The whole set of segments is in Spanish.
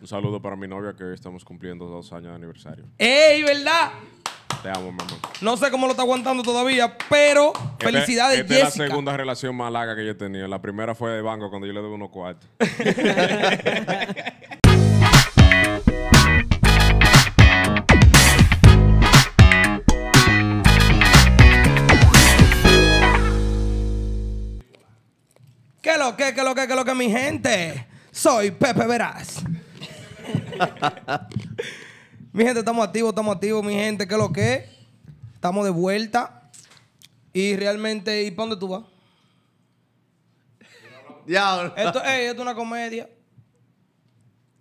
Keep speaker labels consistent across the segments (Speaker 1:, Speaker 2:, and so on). Speaker 1: Un saludo para mi novia que hoy estamos cumpliendo dos años de aniversario.
Speaker 2: ¡Ey, verdad!
Speaker 1: Te amo, mi amor.
Speaker 2: No sé cómo lo está aguantando todavía, pero
Speaker 1: Esta-
Speaker 2: felicidades,
Speaker 1: esta es
Speaker 2: Jessica.
Speaker 1: la segunda relación más larga que yo he tenido. La primera fue de banco cuando yo le debo unos cuartos.
Speaker 2: ¿Qué lo que, qué lo que, qué lo que, mi gente? Soy Pepe Verás. mi gente, estamos activos, estamos activos, mi gente, ¿qué lo que? Estamos de vuelta. Y realmente, ¿y para dónde tú vas?
Speaker 3: Diablo.
Speaker 2: Esto, ey, esto es una comedia.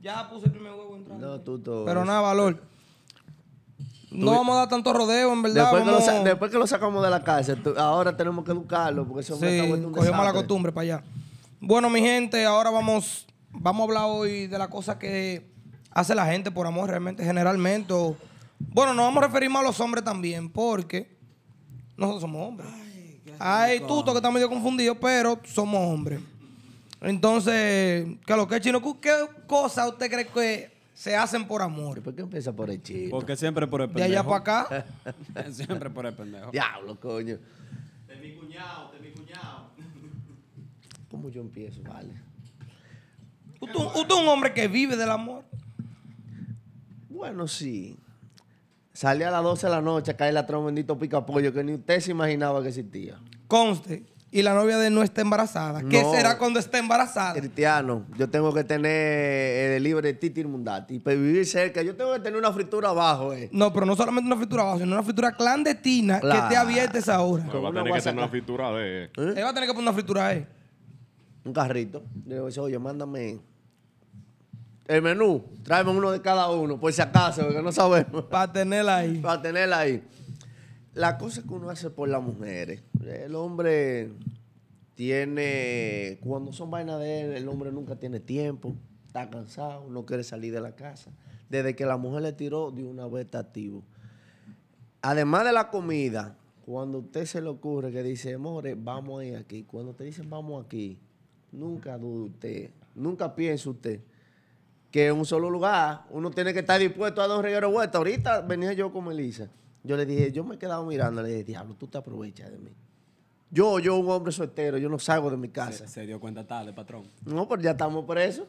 Speaker 2: Ya puse el primer huevo entrando.
Speaker 3: No, tú todo.
Speaker 2: Pero nada, valor. No
Speaker 3: Tú-
Speaker 2: vamos a dar tanto rodeo, en verdad.
Speaker 3: Después que, lo,
Speaker 2: vamos-
Speaker 3: sa- después que lo sacamos de la casa, tú- ahora tenemos que educarlo porque eso
Speaker 2: Sí, cogió mala costumbre para allá. Bueno, mi gente, ahora vamos, vamos a hablar hoy de la cosa que hace la gente por amor realmente, generalmente. o- bueno, nos vamos a referir más a los hombres también, porque nosotros somos hombres. Hay tuto que está medio confundido, pero somos hombres. Entonces, ¿qué lo que es chino? ¿Qué cosa usted cree que se hacen por amor?
Speaker 3: ¿Por qué empieza por el chino?
Speaker 4: Porque siempre por el
Speaker 2: De
Speaker 4: pendejo.
Speaker 2: allá para acá.
Speaker 4: siempre por el pendejo.
Speaker 3: Diablo, coño. De mi cuñado, de mi cuñado. ¿Cómo yo empiezo? Vale.
Speaker 2: Usted, usted es un hombre que vive del amor.
Speaker 3: Bueno, sí. Salí a las 12 de la noche, cae la un bendito picapollo que ni usted se imaginaba que existía.
Speaker 2: Conste. Y la novia de él no está embarazada. ¿Qué
Speaker 3: No.
Speaker 2: será cuando esté embarazada?
Speaker 3: Cristiano, yo tengo que tener eh, el libre de Titir Mundati. Para vivir cerca, yo tengo que tener una fritura abajo, eh.
Speaker 2: No, pero no solamente una fritura abajo, sino una fritura clandestina que
Speaker 3: Claro.
Speaker 2: esté abierta a esa hora.
Speaker 1: No, va a
Speaker 3: una
Speaker 1: tener que tener
Speaker 3: guasaca.
Speaker 1: una fritura de.
Speaker 2: Él va a tener que poner una fritura eh, ahí.
Speaker 3: un carrito. Le digo, oye, mándame el menú, tráeme uno de cada uno, por si acaso, porque no sabemos,
Speaker 2: Para tenerla ahí.
Speaker 3: para tenerla ahí. La cosa que uno hace por las mujeres, el hombre tiene, cuando son vainas de él, el hombre nunca tiene tiempo, está cansado, no quiere salir de la casa. Desde que la mujer le tiró, de una vez está activo. Además de la comida, cuando a usted se le ocurre que dice, more, vamos a ir aquí, cuando te dicen vamos aquí, nunca dude usted, nunca piense usted que en un solo lugar uno tiene que estar dispuesto a dar un reguero de vuelta. Ahorita venía yo con Melissa. Yo le dije, yo me he quedado mirando, le dije, diablo, tú te aprovechas de mí. Yo, yo, un hombre soltero, yo no salgo de mi casa.
Speaker 4: Se, se dio cuenta tarde, patrón.
Speaker 3: No, pero ya estamos presos.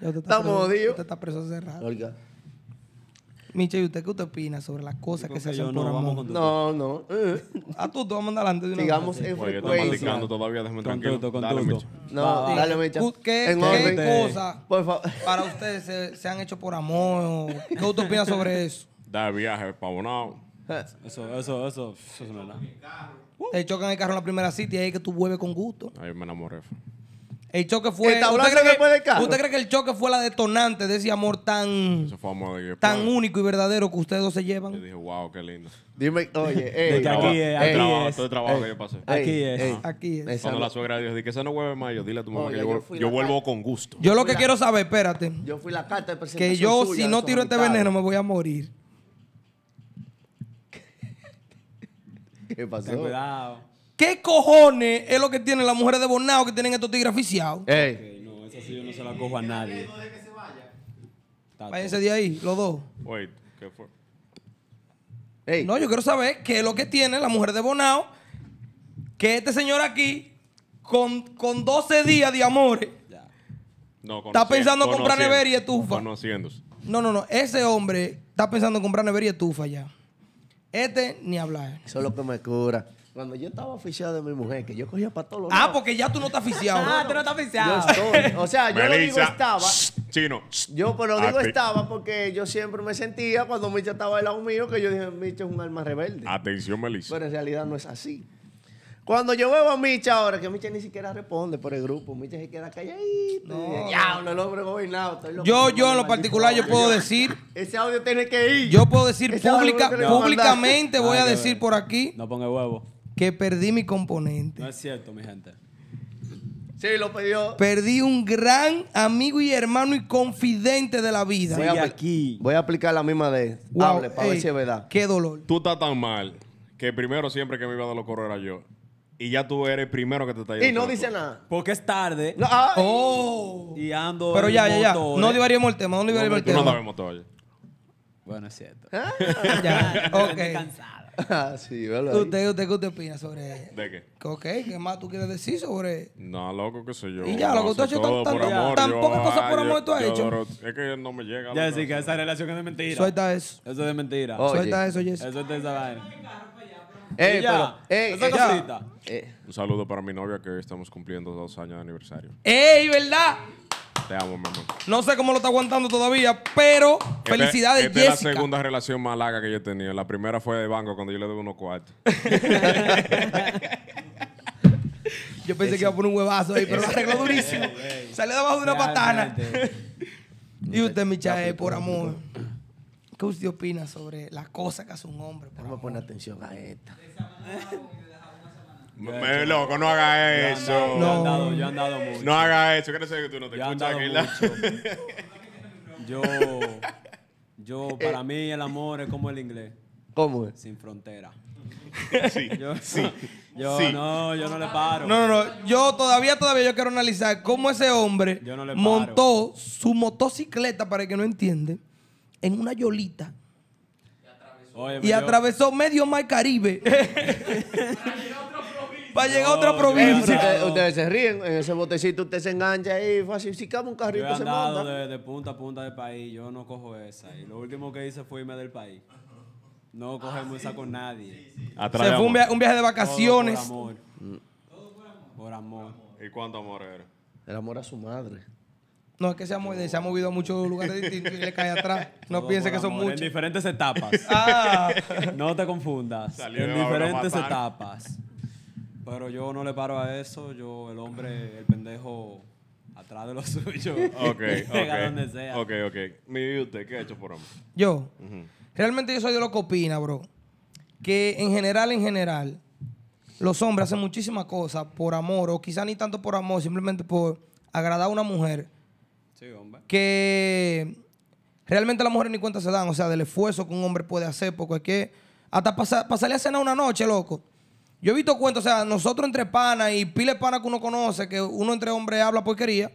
Speaker 2: Ya usted
Speaker 3: Estamos
Speaker 2: preso-
Speaker 3: jodidos.
Speaker 2: Usted está preso hace rato.
Speaker 3: Oiga.
Speaker 2: Miche, ¿y usted qué usted opina sobre las cosas que
Speaker 4: Porque
Speaker 2: se
Speaker 4: yo
Speaker 2: hacen
Speaker 4: no
Speaker 2: por
Speaker 4: vamos
Speaker 2: amor?
Speaker 4: con tu-
Speaker 3: No, no. eh.
Speaker 2: A tú te vamos a mandar adelante de una
Speaker 3: Sigamos
Speaker 2: vez.
Speaker 3: en
Speaker 1: Oye, está
Speaker 3: frecuencia.
Speaker 1: masticando todavía, déjame
Speaker 4: Con
Speaker 1: tranquilo.
Speaker 4: tuto, con
Speaker 1: Dale,
Speaker 4: tuto.
Speaker 1: Micho.
Speaker 3: No,
Speaker 4: Va, va.
Speaker 3: dale, mecha.
Speaker 2: ¿Qué,
Speaker 3: En
Speaker 2: qué,
Speaker 3: orden.
Speaker 4: Gente.
Speaker 2: cosas
Speaker 3: Por favor.
Speaker 2: para ustedes se, se han hecho por amor? o- ¿Qué usted opina sobre eso?
Speaker 1: Da viaje, pavonado.
Speaker 4: Eso, eso, eso, eso no es nada.
Speaker 3: Uh.
Speaker 2: Te chocan el carro en la primera cita y ahí es que tú vuelves con gusto.
Speaker 1: Ahí me enamoré.
Speaker 2: El choque fue...
Speaker 3: El tablazo después del carro.
Speaker 2: ¿Usted cree que el choque fue la detonante de ese amor tan...
Speaker 1: Eso fue amor de
Speaker 2: tan único y verdadero que ustedes dos se
Speaker 1: Yo
Speaker 2: llevan.
Speaker 1: dije, wow, qué lindo.
Speaker 3: Dime, oye, ey,
Speaker 4: De que aquí
Speaker 1: Traba-
Speaker 4: es,
Speaker 1: todo
Speaker 4: aquí
Speaker 1: trabajo-
Speaker 4: es.
Speaker 1: todo el trabajo que
Speaker 2: Eh,
Speaker 3: Ey,
Speaker 1: yo pasé.
Speaker 3: ey,
Speaker 4: Aquí es.
Speaker 3: ey.
Speaker 2: Aquí es.
Speaker 3: Esa
Speaker 1: Cuando
Speaker 3: no-
Speaker 1: la suegra dijo, di que esa no vuelve más, yo dile a tu mamá
Speaker 3: Oye,
Speaker 1: que yo,
Speaker 3: yo
Speaker 1: vuel-
Speaker 3: fui
Speaker 1: yo
Speaker 3: la
Speaker 1: vuelvo con gusto.
Speaker 2: Yo lo que quiero saber, espérate,
Speaker 3: Yo fui la carta de presentación
Speaker 2: que yo
Speaker 3: suya
Speaker 2: si
Speaker 3: de
Speaker 2: no
Speaker 3: esos
Speaker 2: tiro este
Speaker 3: invitados.
Speaker 2: veneno me voy a morir.
Speaker 3: ¿Qué
Speaker 4: Ten
Speaker 3: pasó?
Speaker 4: cuidado.
Speaker 2: ¿Qué cojones es lo que tienen las mujeres de Bonao que tienen estos tigres aficiados?
Speaker 3: Ey,
Speaker 4: Que no, eso sí yo no se la cojo a nadie. Tato.
Speaker 2: Váyanse de ahí, los dos.
Speaker 1: Wait, ¿qué fue?
Speaker 3: ey.
Speaker 2: No, yo quiero saber qué es lo que tienen las mujeres de Bonao que este señor aquí con, con 12 días de amores.
Speaker 4: Ya.
Speaker 1: No,
Speaker 2: Está
Speaker 1: conociendo-
Speaker 2: pensando en comprar
Speaker 1: conociendo-
Speaker 2: nevera y estufa.
Speaker 1: Conociéndose.
Speaker 2: No, no, no. Ese hombre está pensando en comprar nevera y estufa ya. Este ni hablar.
Speaker 3: Eso es lo que me cura. Cuando yo estaba oficiado de mi mujer, que yo cogía para todos los
Speaker 2: Ah,
Speaker 3: lados,
Speaker 2: porque ya tú no estás aficiado.
Speaker 4: tú no estás
Speaker 3: yo estoy. O sea, yo lo digo
Speaker 1: Melissa, Ah,
Speaker 3: estaba.
Speaker 1: Chino.
Speaker 3: Yo pero digo
Speaker 1: A ti.
Speaker 3: estaba porque yo siempre me sentía cuando Micha estaba del lado mío que yo dije, Micha es un alma rebelde.
Speaker 1: Atención, Melissa.
Speaker 3: Pero en realidad no es así. Cuando yo veo a Micha ahora, que Micha ni siquiera responde por el grupo, Micha se queda calladito.
Speaker 2: No.
Speaker 3: No. Diablo, el hombre gobernado. estoy loco
Speaker 2: Yo,
Speaker 3: por
Speaker 2: yo en
Speaker 3: mandarle
Speaker 2: lo particular, yo
Speaker 3: maldito
Speaker 2: puedo
Speaker 3: audio.
Speaker 2: decir
Speaker 3: Ese audio tiene que ir.
Speaker 2: Yo puedo decir
Speaker 3: Ese árbol
Speaker 2: pública-
Speaker 3: que le mandaste.
Speaker 2: públicamente, voy a
Speaker 4: Ay, qué
Speaker 2: decir
Speaker 4: bueno.
Speaker 2: por aquí,
Speaker 4: No ponga huevo.
Speaker 2: que perdí mi
Speaker 4: No
Speaker 2: componente.
Speaker 4: es cierto, mi gente.
Speaker 3: Sí, lo pidió.
Speaker 2: Perdí un gran amigo y hermano y confidente de la vida.
Speaker 4: Voy
Speaker 3: a-
Speaker 4: aquí.
Speaker 3: Voy a aplicar la misma de
Speaker 2: Wow,
Speaker 3: Hable para
Speaker 2: ey,
Speaker 3: ver si es verdad.
Speaker 2: Qué dolor.
Speaker 1: Tú estás tan mal que primero siempre que me iba a dar los correr era yo. y ya tú eres el primero que te está
Speaker 3: Y
Speaker 1: yendo
Speaker 3: no
Speaker 1: con la
Speaker 3: dice
Speaker 1: tuya.
Speaker 3: nada.
Speaker 5: Porque es tarde
Speaker 3: No, ay.
Speaker 2: Oh.
Speaker 5: y ando.
Speaker 2: Pero
Speaker 5: en
Speaker 2: ya, ya, ya.
Speaker 5: motor,
Speaker 2: No
Speaker 5: eh.
Speaker 2: divariemos el tema, no divariemos el
Speaker 1: Tú no
Speaker 2: tema.
Speaker 1: sabemos todo.
Speaker 5: Bueno, es cierto.
Speaker 2: Ya,
Speaker 5: Estoy
Speaker 2: Ah, ok.
Speaker 5: cansado.
Speaker 3: Ah, sí, ¿verdad?
Speaker 2: ¿Usted, usted, ¿qué usted opina sobre
Speaker 1: ¿De qué?
Speaker 2: Ok, ¿qué más tú quieres decir sobre...?
Speaker 1: No, loco, qué sé yo.
Speaker 2: Y ya,
Speaker 1: lo
Speaker 2: loco, tú has hecho tan- tan- tan poca cosa por amor tú has hecho.
Speaker 1: es que no me llega.
Speaker 5: Ya,
Speaker 1: loco.
Speaker 5: sí, que esa relación es de mentira.
Speaker 2: Suelta eso.
Speaker 5: Eso es de mentira.
Speaker 3: Oye.
Speaker 2: Suelta eso, Jess.
Speaker 5: Eso es de esa vaina.
Speaker 3: Ey,
Speaker 5: Y ya,
Speaker 3: Eh, pero, ey,
Speaker 5: esa
Speaker 3: ey, ya.
Speaker 5: cosita.
Speaker 3: Eh,
Speaker 1: Un saludo para mi novia que hoy estamos cumpliendo dos años de aniversario.
Speaker 2: ¡Ey, verdad!
Speaker 1: Te amo, mi amor.
Speaker 2: No sé cómo lo está aguantando todavía, pero
Speaker 1: Esta-
Speaker 2: felicidades,
Speaker 1: esta Este es
Speaker 2: Jessica.
Speaker 1: la segunda relación más larga que yo he tenido. La primera fue de banco cuando yo le debo unos cuartos.
Speaker 2: Yo pensé que iba a poner un huevazo ahí, pero lo arregló durísimo. Salió debajo de una patana.
Speaker 5: Realmente.
Speaker 2: Y usted, Michael, por amor, ¿qué usted opina sobre las cosas que hace un hombre? por
Speaker 3: Vamos
Speaker 2: amor?
Speaker 3: a poner atención a esta.
Speaker 1: Me- me- loco, no haga eso.
Speaker 5: Yo he
Speaker 2: No.
Speaker 5: andado, yo he andado mucho.
Speaker 1: No haga eso. ¿Qué sé que tú no te
Speaker 5: yo he
Speaker 1: escuchas
Speaker 5: andado
Speaker 1: aquí? la-
Speaker 5: mucho. Yo,
Speaker 2: Eh.
Speaker 5: yo, para mí el amor es como el inglés,
Speaker 3: ¿Cómo es?
Speaker 5: sin frontera.
Speaker 1: Sí.
Speaker 5: Yo, yo
Speaker 1: sí.
Speaker 5: no, yo no le paro.
Speaker 2: No, no, no. Yo todavía, todavía yo quiero analizar cómo ese hombre
Speaker 5: Yo no le paro.
Speaker 2: montó su motocicleta, para el que no entiende, en una yolita
Speaker 5: Oye,
Speaker 2: y
Speaker 5: yo-
Speaker 2: atravesó medio mar Caribe. para llegar a otra
Speaker 5: No,
Speaker 2: provincia.
Speaker 5: yo he
Speaker 3: Eh, Ustedes,
Speaker 5: andado-
Speaker 3: ustedes se ríen, en ese botecito usted se engancha y fácil. Si cabe un
Speaker 5: Yo he
Speaker 3: carrito, se
Speaker 5: andado
Speaker 3: monta.
Speaker 5: de, de punta a punta del país, yo no cojo esa. Y lo último que hice fue irme del país. No cogemos esa con nadie.
Speaker 1: Atrás
Speaker 2: Se
Speaker 1: de
Speaker 2: fue un
Speaker 1: amor.
Speaker 2: viaje, un viaje de
Speaker 5: Todo
Speaker 2: vacaciones.
Speaker 5: Por amor.
Speaker 2: Mm.
Speaker 5: Por amor.
Speaker 1: ¿Y cuánto amor era?
Speaker 3: El amor a su madre.
Speaker 2: No, es que se ha, movido, se ha movido a muchos lugares distintos y le cae atrás. No
Speaker 5: Todo
Speaker 2: piense
Speaker 5: por
Speaker 2: que son
Speaker 5: amor, En
Speaker 2: muchos.
Speaker 5: diferentes etapas.
Speaker 2: Ah,
Speaker 5: No te confundas.
Speaker 1: Salió de
Speaker 5: en
Speaker 1: Babra
Speaker 5: diferentes
Speaker 1: Matar.
Speaker 5: etapas. Pero yo no le paro a eso. Yo, el hombre, el pendejo, atrás de lo suyo.
Speaker 1: Ok,
Speaker 5: Llega donde sea.
Speaker 1: ok. Ok, ok. Mi vida, ¿usted qué ha hecho por amor?
Speaker 2: yo, realmente yo soy de lo que opina, bro. Que en general, en general, los hombres hacen muchísimas cosas por amor, o quizá ni tanto por amor, simplemente por agradar a una mujer,
Speaker 5: Sí, hombre.
Speaker 2: que realmente las mujeres ni cuenta se dan, o sea, del esfuerzo que un hombre puede hacer, porque es que hasta pasar, pasarle a cenar una noche, loco. Yo he visto cuentos, o sea, nosotros entre panas y pile panas que uno conoce, que uno entre hombres habla porquería.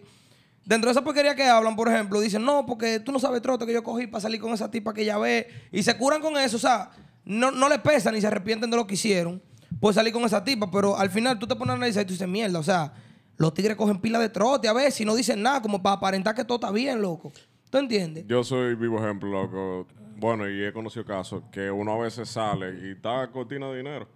Speaker 2: Dentro de esa porquería que hablan, por ejemplo, dicen, no, porque tú no sabes trote que yo cogí para salir con esa tipa que ya ve. Y se curan con eso, o sea, no, no le pesan ni se arrepienten de lo que hicieron por salir con esa tipa. Pero al final tú te pones a analizar y tú dices, mierda, o sea, los tigres cogen pila de trote a veces y no dicen nada, como para aparentar que todo está bien, loco. ¿Tú entiendes?
Speaker 1: Yo soy vivo ejemplo, loco. Bueno, y he conocido casos que uno a veces sale y está cortina de dinero.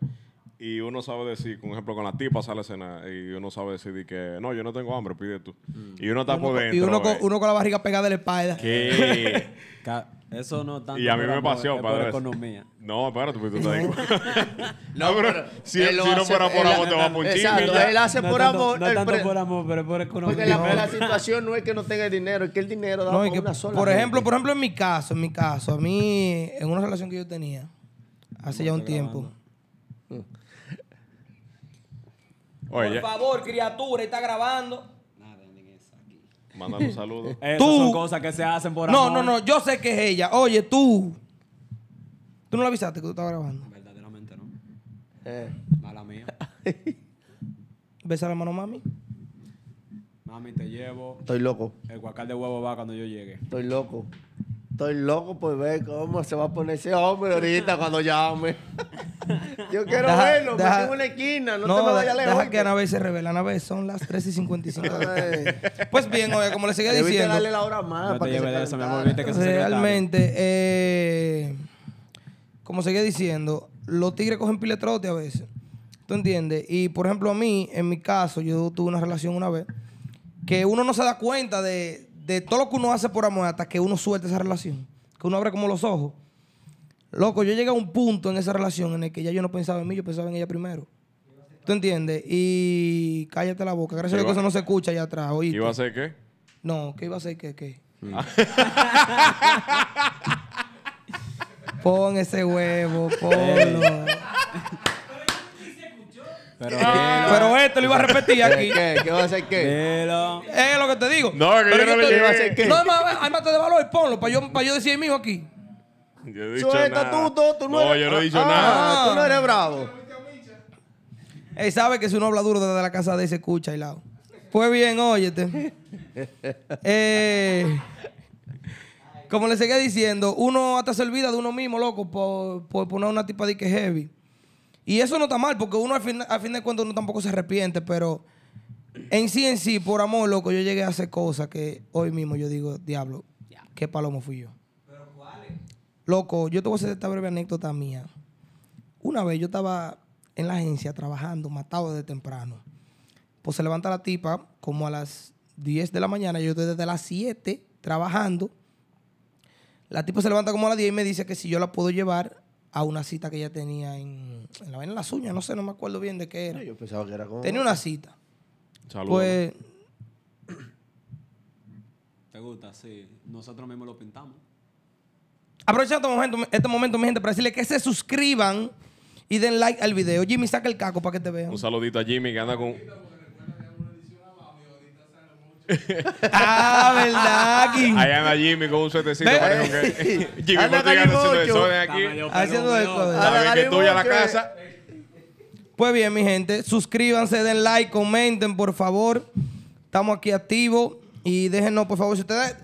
Speaker 1: Y uno sabe decir, por ejemplo, con la tipa sale a cenar y uno sabe decir de que no, yo no tengo hambre, pide tú.
Speaker 5: Mm.
Speaker 1: Y uno está
Speaker 2: Uno
Speaker 1: por
Speaker 2: con-
Speaker 1: dentro.
Speaker 2: y uno con,
Speaker 1: eh,
Speaker 2: uno con la barriga pegada de la espalda.
Speaker 1: ¿qué?
Speaker 5: Ca- Eso no tanto.
Speaker 1: y a mí
Speaker 5: por
Speaker 1: me
Speaker 5: amor,
Speaker 1: pasó,
Speaker 5: es por
Speaker 1: padre.
Speaker 5: economía.
Speaker 1: No, espérate, pues tú estás ahí.
Speaker 3: No,
Speaker 1: pero si- si no fuera por amor, te va a punchar.
Speaker 3: Exacto, él hace
Speaker 5: No
Speaker 3: por
Speaker 5: tanto-
Speaker 3: amor.
Speaker 5: No
Speaker 3: él
Speaker 5: tanto
Speaker 3: pre-
Speaker 5: por amor, pero es por economía.
Speaker 3: Porque la, la situación no es que no tenga dinero, es que el dinero da
Speaker 2: No,
Speaker 3: por
Speaker 2: y que,
Speaker 3: una sola.
Speaker 2: por ejemplo,
Speaker 3: gente.
Speaker 2: por ejemplo, en mi caso, en mi caso, a mí, en una relación que yo tenía hace ya un tiempo.
Speaker 1: Oye,
Speaker 2: favor, criatura, está grabando.
Speaker 1: mandando un saludo.
Speaker 5: Esas
Speaker 2: Tú-
Speaker 5: son cosas que se hacen por
Speaker 2: No,
Speaker 5: amor.
Speaker 2: no, no, yo sé que es ella. Oye, tú. Tú no la avisaste que tú estabas grabando.
Speaker 5: Verdaderamente no.
Speaker 3: Eh,
Speaker 5: Mala mía.
Speaker 2: Besa la mano, mami.
Speaker 5: Mami, te llevo.
Speaker 3: estoy loco,
Speaker 5: El guacal de huevo va cuando yo llegue.
Speaker 3: estoy loco. Estoy loco por ver cómo se va a poner ese hombre ahorita cuando llame. Yo quiero
Speaker 2: Deja-
Speaker 3: verlo,
Speaker 2: deja-
Speaker 3: me tengo una esquina, no, te me
Speaker 2: de-
Speaker 3: vayas lejos.
Speaker 2: deja que
Speaker 3: ¿oíste?
Speaker 2: Anabel se revela. Anabel, son las 3 y 55.
Speaker 3: Ay,
Speaker 2: pues bien, oye, como le seguía
Speaker 3: Debiste
Speaker 2: diciendo.
Speaker 3: darle la hora más
Speaker 5: no te
Speaker 3: para que se
Speaker 5: lleves de eso, mi amor.
Speaker 3: calentara.
Speaker 5: Viste que eso
Speaker 2: Realmente, eh, como seguía diciendo, los tigres cogen pile de trote a veces. ¿Tú entiendes? Y por ejemplo, a mí, en mi caso, yo tuve una relación una vez que uno no se da cuenta de, de todo lo que uno hace por amor hasta que uno suelta esa relación. Que uno abre como los ojos. Loco, yo llegué a un punto en esa relación en el que ya yo no pensaba en mí, yo pensaba en ella primero. ¿Tú entiendes? Y cállate la boca. Gracias a Dios que
Speaker 1: Iba-
Speaker 2: eso no se escucha allá atrás. ¿oíste?
Speaker 1: ¿Iba a ser qué?
Speaker 2: No, ¿qué iba a ser? ¿Qué? ¿Qué? pon ese huevo, ponlo.
Speaker 5: Pero
Speaker 2: Pero esto lo iba a repetir aquí.
Speaker 3: ¿Qué? ¿Qué va a hacer qué?
Speaker 5: Pero,
Speaker 2: Es lo Eh, que te digo.
Speaker 1: No, que
Speaker 2: Pero
Speaker 1: yo no
Speaker 2: te-
Speaker 1: le
Speaker 3: iba a hacer qué.
Speaker 2: No, más, más, hay mate de valor, ponlo, para yo, pa' yo decir mismo aquí.
Speaker 1: Yo he dicho
Speaker 3: Suelta
Speaker 1: nada.
Speaker 3: tú, tú, tú no, Ah,
Speaker 1: no
Speaker 3: eres-
Speaker 1: yo no he dicho
Speaker 3: Ah,
Speaker 1: nada.
Speaker 3: Tú no eres bravo.
Speaker 2: Él sabe que si uno habla duro desde la casa de él, se escucha, hilado. Pues bien, óyete. Eh, como le seguía diciendo, uno hasta se olvida de uno mismo, loco, por, por poner una tipa de que heavy. Y eso no está mal, porque uno al fin, al fin de cuentas uno tampoco se arrepiente, pero en sí, en sí, por amor, loco, yo llegué a hacer cosas que hoy mismo yo digo, diablo, qué palomo fui yo. Loco, yo te voy a hacer esta breve anécdota mía. Una vez yo estaba en la agencia trabajando, matado desde temprano. Pues se levanta la tipa como a las 10 de la mañana, yo estoy desde las 7 trabajando. La tipa se levanta como a las 10 y me dice que si yo la puedo llevar a una cita que ella tenía en, en la vaina de las uñas, no sé, no me acuerdo bien de qué era.
Speaker 3: Yo pensaba que era como.
Speaker 2: Tenía una cita.
Speaker 1: Saludos.
Speaker 2: Pues
Speaker 5: ¿Te gusta? Sí. Nosotros mismos lo pintamos.
Speaker 2: Aprovechando este momento, este momento, mi gente, para decirle que se suscriban y den like al video. Jimmy, saca el caco para que te vean.
Speaker 1: Un saludito a Jimmy que anda con.
Speaker 2: ah, ¿verdad? King?
Speaker 1: Ahí anda Jimmy con un suetecito.
Speaker 2: Ve-
Speaker 1: parece que- Jimmy,
Speaker 3: eh, Anda
Speaker 1: ¿por qué andas haciendo
Speaker 3: Calimocho.
Speaker 1: desorden aquí?
Speaker 5: Tamaño
Speaker 2: Haciendo
Speaker 5: pelón,
Speaker 2: esto,
Speaker 5: weón.
Speaker 2: ¿verdad?
Speaker 1: Sabes que es tuya la
Speaker 3: Calimocho.
Speaker 1: casa.
Speaker 2: Pues bien, mi gente, suscríbanse, den like, comenten, por favor. Estamos aquí activos y déjenos, por favor, si ustedes,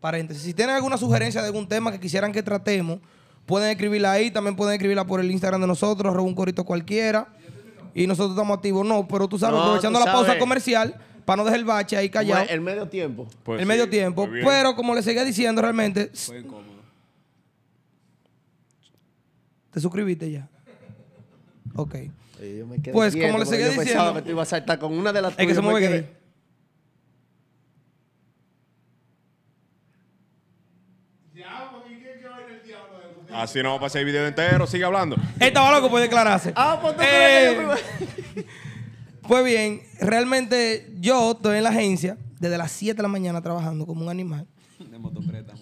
Speaker 2: paréntesis, si tienen alguna sugerencia de algún tema que quisieran que tratemos, pueden escribirla ahí, también pueden escribirla por el Instagram de nosotros, arroba un corito cualquiera. Y nosotros estamos activos, no, pero tú sabes,
Speaker 3: No,
Speaker 2: aprovechando
Speaker 3: tú
Speaker 2: la pausa
Speaker 3: sabes.
Speaker 2: comercial, para no dejar el bache ahí
Speaker 3: Como
Speaker 2: callado.
Speaker 3: El medio tiempo.
Speaker 1: Pues
Speaker 2: el
Speaker 1: sí,
Speaker 2: medio tiempo.
Speaker 1: muy bien.
Speaker 2: Pero como les seguía diciendo realmente, s-
Speaker 5: Fue incómodo.
Speaker 2: te suscribiste ya. Ok.
Speaker 3: Eh, yo me quedé
Speaker 2: Pues,
Speaker 3: quieto,
Speaker 2: como le
Speaker 3: porque
Speaker 2: seguía
Speaker 3: yo pensaba
Speaker 2: diciendo-
Speaker 3: que tú ibas a saltar con una de las
Speaker 2: Es que
Speaker 3: tuyas,
Speaker 2: se
Speaker 3: me
Speaker 2: mueve
Speaker 3: quedé-
Speaker 2: gay.
Speaker 1: Así no va a pasar el video entero. Sigue hablando.
Speaker 2: Él estaba loco por declararse.
Speaker 3: Ah, pues tú
Speaker 2: Eh,
Speaker 3: crees que yo primero-
Speaker 2: Pues bien, realmente yo estoy en la agencia desde las 7 de la mañana trabajando como un animal.
Speaker 5: De motopréstamo.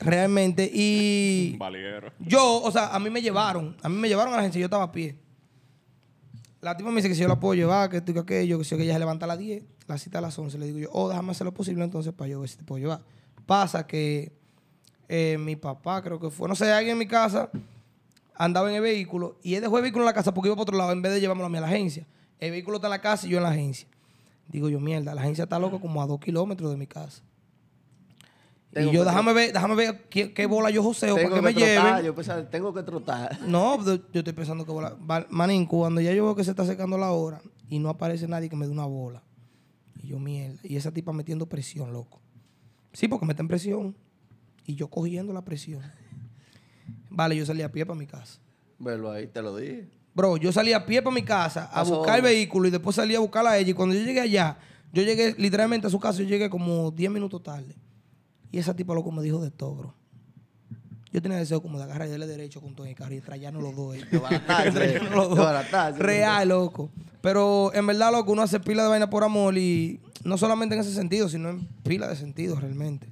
Speaker 2: Realmente. Y
Speaker 1: Valiero.
Speaker 2: yo, o sea, a mí me llevaron. A mí me llevaron a la agencia. Yo estaba a pie. La tipa me dice que si yo la puedo llevar, que estoy que aquello, que si yo que ella se levanta a las 10, la cita a las 11. Le digo yo, oh, déjame hacer lo posible entonces para yo ver si te puedo llevar. Pasa que eh, mi papá, creo que fue, no sé, alguien en mi casa andaba en el vehículo y él dejó el vehículo en la casa porque iba para otro lado en vez de llevármelo a mí a la agencia. El vehículo está en la casa y yo en la agencia. Digo yo, mierda, la agencia está loca como a dos kilómetros de mi casa.
Speaker 3: Tengo
Speaker 2: y yo,
Speaker 3: que-
Speaker 2: déjame ver, déjame ver qué, qué bola yo joseo para
Speaker 3: Tengo
Speaker 2: que me
Speaker 3: trotar,
Speaker 2: lleven.
Speaker 3: Yo pensaba, tengo que trotar.
Speaker 2: No, yo yo estoy pensando que bola. Va- Manín, cuando ya yo veo que se está secando la hora y no aparece nadie que me dé una bola. Y yo, mierda. Y esa tipa metiendo presión, loco. Sí, porque meten presión. Y yo cogiendo la presión. Vale, yo salí a pie para mi casa.
Speaker 3: Velo ahí, te lo dije.
Speaker 2: Bro, yo salí a pie para mi casa a
Speaker 3: Pasó.
Speaker 2: buscar el vehículo y después salí a buscar a ella. Y cuando yo llegué allá, yo llegué literalmente a su casa, yo llegué como 10 minutos tarde. Y esa tipa loco me dijo de todo, bro. Yo tenía deseo como de agarrar y darle derecho con todo el carro y trayarnos los dos. ahí.
Speaker 3: Desbaratarse,
Speaker 2: Trayarnos los dos.
Speaker 3: desbaratarse.
Speaker 2: Real, loco. Pero en verdad, loco, uno hace pila de vaina por amor y no solamente en ese sentido, sino en pila de sentidos realmente.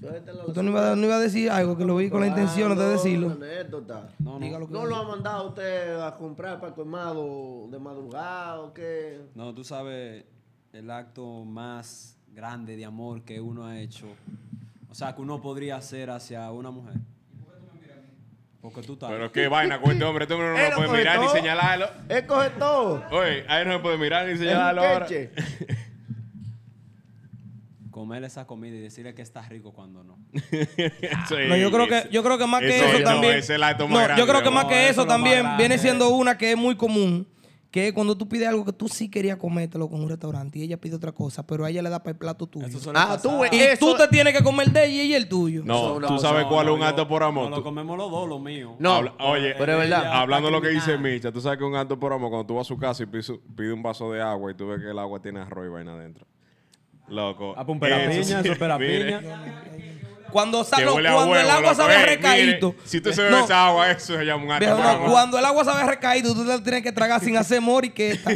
Speaker 3: Suéltalo.
Speaker 2: Usted no iba, a, dar- no iba a decir algo que lo vi con la intención de
Speaker 3: Una
Speaker 2: decirlo.
Speaker 3: anécdota.
Speaker 5: No,
Speaker 2: Diga
Speaker 5: no.
Speaker 2: lo que-
Speaker 3: ¿No lo ha mandado usted a comprar para el colmado de madrugada o qué?
Speaker 5: No, tú sabes el acto más grande de amor que uno ha hecho. O sea, que uno podría hacer hacia una mujer. Porque tú estás.
Speaker 1: Pero qué vaina con este hombre. Este hombre no
Speaker 3: Él
Speaker 1: lo
Speaker 3: lo
Speaker 1: puede
Speaker 3: coge
Speaker 1: mirar ni
Speaker 3: todo.
Speaker 1: señalarlo.
Speaker 3: Él coge todo.
Speaker 1: Oye, ahí no se puede mirar ni
Speaker 3: Es un
Speaker 1: señalarlo. ahora.
Speaker 3: queche.
Speaker 5: comer esa comida y decirle que está rico cuando no.
Speaker 1: Sí,
Speaker 2: No, yo creo que,
Speaker 1: ese-
Speaker 2: yo creo que más que
Speaker 1: ese-
Speaker 2: eso
Speaker 1: no,
Speaker 2: también.
Speaker 1: ese es el acto más
Speaker 2: No,
Speaker 1: grande,
Speaker 2: yo creo
Speaker 1: ¿no?
Speaker 2: que más
Speaker 5: eso
Speaker 2: que
Speaker 5: es
Speaker 2: eso
Speaker 5: lo más
Speaker 2: también
Speaker 5: grande.
Speaker 2: viene siendo una que es muy común. Que es cuando tú pides algo que tú sí querías comértelo con un restaurante y ella pide otra cosa, pero a ella le da para el plato tuyo.
Speaker 5: Eso suele
Speaker 3: Ah, tú,
Speaker 5: pasar.
Speaker 3: güey.
Speaker 2: Y tú
Speaker 3: eso-
Speaker 2: te tienes que comer de ella y el tuyo.
Speaker 1: No,
Speaker 3: Eso
Speaker 1: tú
Speaker 3: no,
Speaker 1: sabes
Speaker 5: No,
Speaker 1: cuál
Speaker 5: no,
Speaker 1: es un
Speaker 5: yo-
Speaker 1: acto por amor. Tú-
Speaker 5: no, lo comemos los dos, lo mío.
Speaker 3: No.
Speaker 1: Habla- oye,
Speaker 3: pero es verdad.
Speaker 5: Ella-
Speaker 1: hablando de lo que dice
Speaker 5: criminal.
Speaker 1: Micha, tú sabes que un acto por amor, cuando tú vas a su casa y pides, pide un vaso de agua y tú ves que el agua tiene arroz y vaina adentro. Loco.
Speaker 5: Ah, pues un perapiña,
Speaker 1: sí,
Speaker 5: eso es perapiña.
Speaker 1: mire,
Speaker 2: Cuando,
Speaker 1: que
Speaker 2: salo-
Speaker 1: huele a
Speaker 2: cuando el
Speaker 1: huevo,
Speaker 2: agua
Speaker 1: loco.
Speaker 2: sabe
Speaker 1: Eh,
Speaker 2: recaído.
Speaker 1: mire, Si tú se bebe
Speaker 2: No,
Speaker 1: esa agua, eso se llama un acto
Speaker 2: viejo,
Speaker 1: por
Speaker 2: no,
Speaker 1: amor.
Speaker 2: cuando el agua sabe recaído, tú la tienes que tragar sin hacer moriqueta.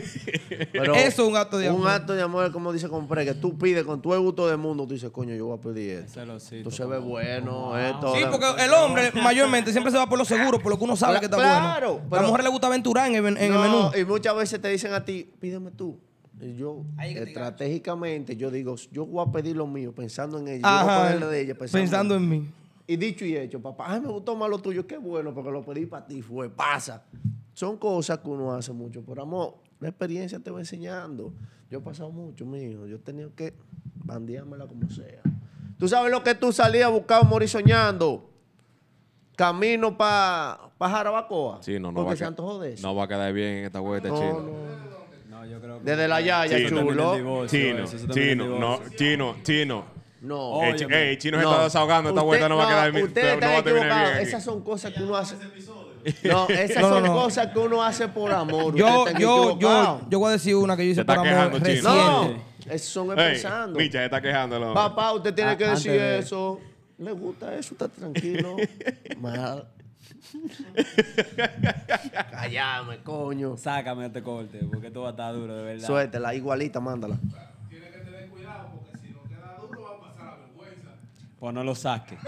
Speaker 3: Pero
Speaker 2: Eso es un acto de amor.
Speaker 3: Un acto de amor, como dice Compré, que tú pides con todo el gusto del mundo, tú dices, coño, yo voy a pedir esto.
Speaker 5: Ese losito,
Speaker 3: Tú se ve
Speaker 5: como-
Speaker 3: bueno, esto.
Speaker 2: Sí,
Speaker 3: da-
Speaker 2: porque el hombre mayormente siempre se va por lo seguro, por lo que uno sabe que está
Speaker 3: Claro,
Speaker 2: bueno. A
Speaker 3: pero-
Speaker 2: la mujer le gusta aventurar en el, men- en el
Speaker 3: No,
Speaker 2: menú.
Speaker 3: Y muchas veces te dicen a ti, pídeme tú. Y yo,
Speaker 2: Ahí que te
Speaker 3: estratégicamente, yo digo, yo voy a pedir lo mío pensando en ella. yo voy a
Speaker 2: Ajá,
Speaker 3: pedirle de ella pues,
Speaker 2: pensando
Speaker 3: pensando,
Speaker 2: en mí.
Speaker 3: Y dicho y hecho, papá, ay, me gustó más lo tuyo, qué bueno, porque lo pedí para ti, fue, pasa. Son cosas que uno hace mucho por amor. La experiencia te va enseñando. Yo he pasado mucho, mijo. Yo he tenido que bandeármela como sea. Tú sabes lo que tú salías a buscar morir soñando. Camino para pa Jarabacoa.
Speaker 6: Sí, no, no. va
Speaker 3: Porque
Speaker 6: a
Speaker 3: se
Speaker 6: que-
Speaker 3: antojó de eso.
Speaker 6: No va a quedar bien en esta vuelta,
Speaker 3: No,
Speaker 6: chino.
Speaker 3: no.
Speaker 5: No, yo creo que.
Speaker 3: Desde la yaya,
Speaker 5: Eso termina en
Speaker 3: chulo.
Speaker 5: divorcio,
Speaker 1: Chino,
Speaker 5: eso, eso termina en
Speaker 1: chino, no,
Speaker 5: divorcio.
Speaker 1: chino, chino.
Speaker 3: No.
Speaker 6: Oh,
Speaker 5: Oye,
Speaker 1: Ey, chi- ey, chino se
Speaker 3: No.
Speaker 1: está desahogando, esta
Speaker 3: Usted-
Speaker 1: vuelta no va a quedar bien.
Speaker 3: Ustedes
Speaker 1: no
Speaker 3: están
Speaker 1: va a terminar bien
Speaker 3: equivocados.
Speaker 1: aquí.
Speaker 3: Esas son cosas que uno hace. No, esas
Speaker 2: No, no,
Speaker 3: son
Speaker 2: no.
Speaker 3: cosas que uno hace por amor.
Speaker 2: Yo,
Speaker 3: Ustedes están
Speaker 2: yo, yo,
Speaker 3: equivocados.
Speaker 2: yo voy a decir una que yo hice
Speaker 1: Te está
Speaker 2: para
Speaker 1: quejando,
Speaker 2: amor reciente.
Speaker 1: chino.
Speaker 3: No, esos son
Speaker 1: Ey,
Speaker 3: empezando.
Speaker 1: Micha se está quejando. el hombre.
Speaker 3: Papá, usted tiene
Speaker 2: Ah,
Speaker 5: A-
Speaker 3: que
Speaker 5: antes
Speaker 3: decir
Speaker 5: de-
Speaker 3: eso. Le gusta eso, está tranquilo. Mal. Callame, coño.
Speaker 5: Sácame este corte, porque esto va a estar duro, de verdad.
Speaker 3: Suéltela, igualita, mándala.
Speaker 4: Tiene que tener cuidado porque si no queda duro va a pasar a vergüenza.
Speaker 5: Pues no lo saques.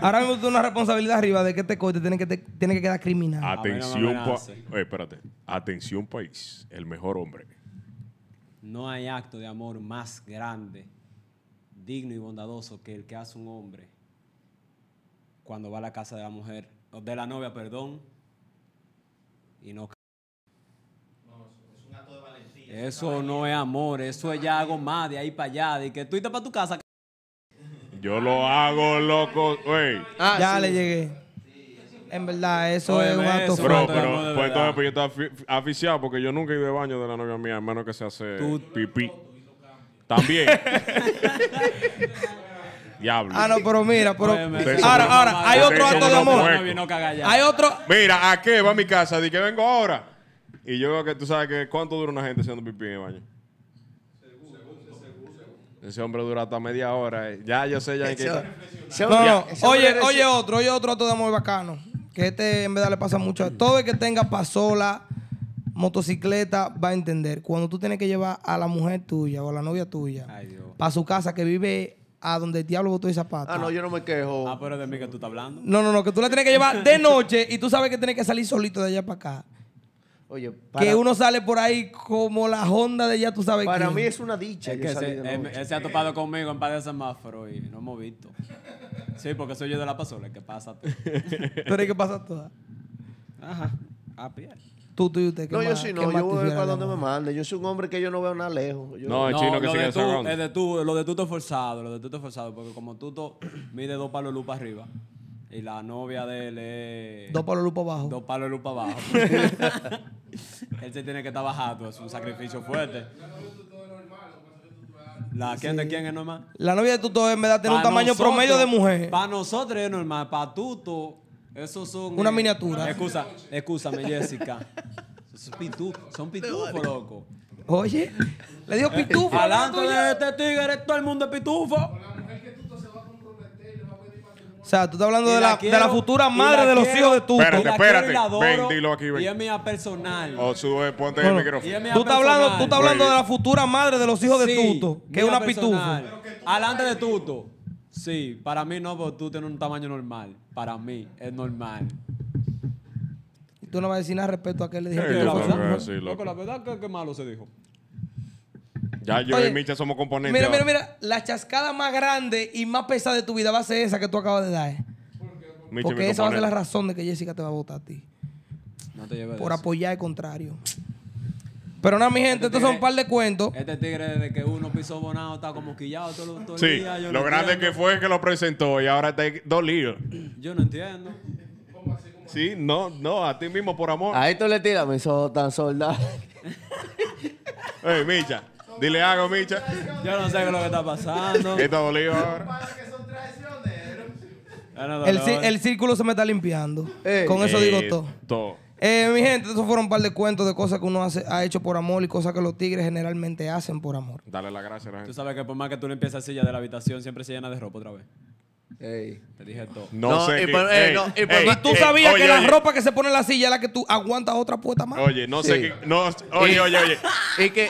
Speaker 2: Ahora mismo tú tienes una responsabilidad arriba de que este corte tiene que, te- tiene que quedar criminal.
Speaker 5: Ah,
Speaker 1: Atención,
Speaker 5: A mí no me
Speaker 1: pa-
Speaker 5: amenace.
Speaker 1: Ey, espérate. Atención, país. El mejor hombre.
Speaker 5: No hay acto de amor más grande, digno y bondadoso que el que hace un hombre cuando va a la casa de la mujer, o de la novia, perdón, y no. Eso no es amor, eso es ya algo más de ahí para allá, de que tú irte para tu casa.
Speaker 1: Yo lo hago, loco. Ey.
Speaker 3: Ah,
Speaker 2: ya le llegué. En verdad, eso
Speaker 5: Óyeme,
Speaker 2: es un acto
Speaker 5: eso-
Speaker 1: Bro,
Speaker 5: Bro,
Speaker 2: fuerte.
Speaker 1: pero
Speaker 5: no, de
Speaker 1: pues
Speaker 5: verdad.
Speaker 1: entonces pues, yo estaba afi- aficiado porque yo nunca he ido de baño de la novia mía, a menos que se hace
Speaker 5: Tú-
Speaker 1: pipí. También. Diablo.
Speaker 2: Ah, no, pero mira, pero.
Speaker 5: Óyeme,
Speaker 1: Ustedes
Speaker 5: eso
Speaker 1: son
Speaker 2: ahora,
Speaker 1: unos
Speaker 2: ahora, hay
Speaker 1: ustedes
Speaker 2: otro
Speaker 1: son
Speaker 2: acto de
Speaker 1: unos
Speaker 2: amor.
Speaker 1: huecos.
Speaker 5: No, no caga ya.
Speaker 2: Hay otro.
Speaker 1: Mira, ¿a qué va mi casa? Di que vengo ahora. Y yo veo que tú sabes que cuánto dura una gente haciendo pipí en el baño. Ese hombre dura hasta media hora. eh. Ya, yo sé, ya hay que.
Speaker 3: Eso- eso-
Speaker 2: No, no.
Speaker 3: eso-
Speaker 2: Oye,
Speaker 3: eso-
Speaker 2: oye otro, oye otro acto de amor bacano. Que este en verdad le pasa mucho a todo el que tenga pasola, motocicleta, va a entender. Cuando tú tienes que llevar a la mujer tuya o a la novia tuya
Speaker 5: Ay, Dios.
Speaker 2: para su casa que vive a donde el diablo botó el zapato.
Speaker 3: Ah, no, yo no me
Speaker 5: Ah,
Speaker 3: quejo.
Speaker 5: pero de mí que tú estás hablando.
Speaker 2: No, no, no, que tú la tienes que llevar de noche y tú sabes que tienes que salir solito de allá para acá.
Speaker 3: Oye, para,
Speaker 2: Que uno sale por ahí como la Honda de ya tú sabes
Speaker 3: para
Speaker 2: quién.
Speaker 3: mí es una dicha
Speaker 5: Es
Speaker 3: yo
Speaker 5: que
Speaker 3: salir
Speaker 5: se,
Speaker 3: de
Speaker 5: él,
Speaker 3: noche.
Speaker 5: él se em, ha topado conmigo en par de semáforos y no hemos visto. Sí, porque soy yo de la pasola, ¿qué pasa? tú?
Speaker 2: Tú eres que pasa toda.
Speaker 5: Ajá, a pie.
Speaker 2: Tú, tú y usted. ¿qué
Speaker 3: No, yo
Speaker 2: más-
Speaker 3: sí
Speaker 2: qué
Speaker 3: no,
Speaker 2: más
Speaker 3: yo
Speaker 2: te
Speaker 3: voy
Speaker 2: hiciera
Speaker 3: para
Speaker 2: de
Speaker 3: donde me
Speaker 2: amor?
Speaker 3: mande. Yo soy un hombre que yo no veo nada lejos. Yo-
Speaker 1: No, el chino que
Speaker 5: lo
Speaker 1: se queda
Speaker 5: de tú,
Speaker 1: sacando.
Speaker 5: es de tú, lo de tú te forzado, lo de tú te forzado, porque como tú to- mide dos palos de luz para arriba y la novia de él es
Speaker 2: Dos palos luz para abajo.
Speaker 5: dos palos de luz para abajo. él se tiene que estar bajando, es un sacrificio fuerte. La quién de quién es normal.
Speaker 2: La novia de Tuto en verdad tiene un
Speaker 5: Pa'
Speaker 2: tamaño
Speaker 5: nosotros-
Speaker 2: promedio de mujer.
Speaker 5: Para nosotros es normal, para Tuto, esos son. eh,
Speaker 2: Una miniatura.
Speaker 5: Excusa, excúsame, Jessica. Son pitufos, son pitufos, loco.
Speaker 2: Oye, le dijo pitufo. a la
Speaker 5: Alante
Speaker 2: tuya.
Speaker 5: de este tigre, todo el mundo es pitufo.
Speaker 2: O sea, tú estás hablando
Speaker 5: Y
Speaker 2: de la, de
Speaker 5: quiero,
Speaker 2: la futura
Speaker 5: y
Speaker 2: madre
Speaker 5: la
Speaker 2: de los
Speaker 5: quiero,
Speaker 2: hijos de Tuto.
Speaker 5: y
Speaker 1: Espérate,
Speaker 5: la quiero y la
Speaker 1: espérate.
Speaker 5: adoro,
Speaker 1: Ven, dilo aquí, ven. Oh.
Speaker 5: Y es mía personal.
Speaker 1: O sube, ponte
Speaker 2: No,
Speaker 1: el
Speaker 2: no.
Speaker 5: Y es
Speaker 1: micrófono.
Speaker 5: mía
Speaker 2: Tú estás hablando, tú estás
Speaker 5: personal.
Speaker 2: hablando de la futura madre de los hijos de
Speaker 5: Sí,
Speaker 2: Tuto, que
Speaker 5: mía
Speaker 2: es una
Speaker 5: personal.
Speaker 2: pitufa.
Speaker 5: Alante de Tuto. Sí, para mí no, porque tú tienes un tamaño normal. Para mí es normal.
Speaker 2: Y tú no vas a decir nada respecto a que le dije.
Speaker 1: Sí,
Speaker 5: Que
Speaker 1: yo
Speaker 5: la
Speaker 1: creo
Speaker 5: verdad,
Speaker 1: que
Speaker 5: no,
Speaker 1: sí, loco.
Speaker 5: loco, la verdad que, que malo se dijo.
Speaker 1: Ya yo
Speaker 2: Oye,
Speaker 1: y Micha somos componentes.
Speaker 2: Mira, mira,
Speaker 1: ahora.
Speaker 2: mira, la chascada más grande y más pesada de tu vida va a ser esa que tú acabas de dar. eh.
Speaker 1: Micha es mi
Speaker 2: Porque esa va a ser la
Speaker 1: componente.
Speaker 2: razón de que Jessica te va a votar a ti.
Speaker 5: No te lleves de
Speaker 2: Por
Speaker 5: eso.
Speaker 2: apoyar el contrario. Pero nada, mi gente, estos son un par de cuentos.
Speaker 5: Este tigre de que uno pisó bonado está como quillado todo, lo- todo el
Speaker 1: Sí,
Speaker 5: día. yo
Speaker 1: lo
Speaker 5: no
Speaker 1: grande que
Speaker 5: entiendo.
Speaker 1: fue que lo presentó y ahora está dolido.
Speaker 5: Yo no entiendo.
Speaker 1: Sí, no, no, a ti mismo por amor.
Speaker 3: A esto le tira, me hizo tan soldado.
Speaker 1: Ey, Micha, dile algo, Micha.
Speaker 5: Yo no sé qué es lo que está pasando.
Speaker 1: ¿Qué está dolido ahora?
Speaker 4: Para que son traicioneros.
Speaker 5: Ya no
Speaker 2: El,
Speaker 5: dolor.
Speaker 2: ci- el círculo se me está limpiando.
Speaker 3: Ey.
Speaker 2: Con eso digo
Speaker 1: Eh,
Speaker 2: todo.
Speaker 1: todo.
Speaker 2: Eh, mi gente, esos fueron un par de cuentos de cosas que uno hace- ha hecho por amor y cosas que los tigres generalmente hacen por amor.
Speaker 1: Dale la gracia a la
Speaker 5: Tú
Speaker 1: gente.
Speaker 5: sabes que por más que tú limpies la silla de la habitación, siempre se llena de ropa otra vez.
Speaker 3: Ey.
Speaker 5: Te dije todo.
Speaker 1: No,
Speaker 3: No,
Speaker 1: sé.
Speaker 3: y
Speaker 1: qué-
Speaker 3: por- eh,
Speaker 1: ey,
Speaker 3: no, y por-
Speaker 1: ey,
Speaker 2: Y tú
Speaker 1: ey,
Speaker 2: sabías
Speaker 1: oye,
Speaker 2: que la
Speaker 1: oye,
Speaker 2: ropa que se pone en la silla es la que tú aguantas otra puerta más.
Speaker 1: Oye, no sé
Speaker 3: Sí.
Speaker 1: qué. No, oye, oye, oye.
Speaker 3: Y que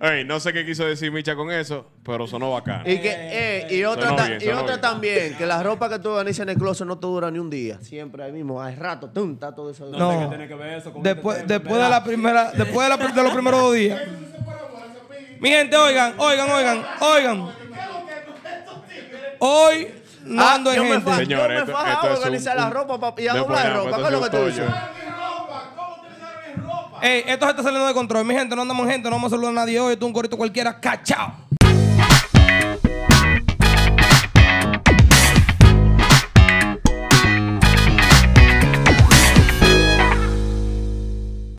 Speaker 1: Ey, no sé qué quiso decir Micha con eso, pero sonó bacán.
Speaker 3: Y, que, eh, y otra,
Speaker 1: Sonó
Speaker 3: ta-
Speaker 1: bien,
Speaker 3: y
Speaker 1: sonó
Speaker 3: otra
Speaker 1: bien.
Speaker 3: también, que la ropa que tú organizas en el closet no te dura ni un día. Siempre ahí mismo, al rato, tum, está todo eso.
Speaker 5: No,
Speaker 2: No.
Speaker 5: sé qué tiene que ver eso con
Speaker 2: Después,
Speaker 5: este tema,
Speaker 2: después de la
Speaker 5: ¿verdad?
Speaker 2: primera, después de, la pr- de los primeros dos días. Mi gente, oigan, oigan, oigan, oigan. Hoy no
Speaker 3: Ah,
Speaker 2: ando en
Speaker 3: yo me
Speaker 2: gente.
Speaker 3: fa-
Speaker 1: Señores,
Speaker 3: yo me
Speaker 1: esto-
Speaker 3: fajaba
Speaker 1: esto
Speaker 3: a
Speaker 1: es
Speaker 3: organizar
Speaker 1: un-
Speaker 3: la ropa pa- y a
Speaker 1: de
Speaker 3: doblar
Speaker 1: programa,
Speaker 3: ropa.
Speaker 1: esto
Speaker 3: ¿Qué es lo
Speaker 1: es
Speaker 3: que
Speaker 1: un
Speaker 3: tú dices?
Speaker 1: tollo.
Speaker 4: Mi ropa, ¿cómo utilizaron mi ropa?
Speaker 2: Ey, esto se está saliendo de control. Mi gente, no andamos en gente, no vamos a saludar a nadie hoy. Esto es un corito cualquiera. ¡Cachao!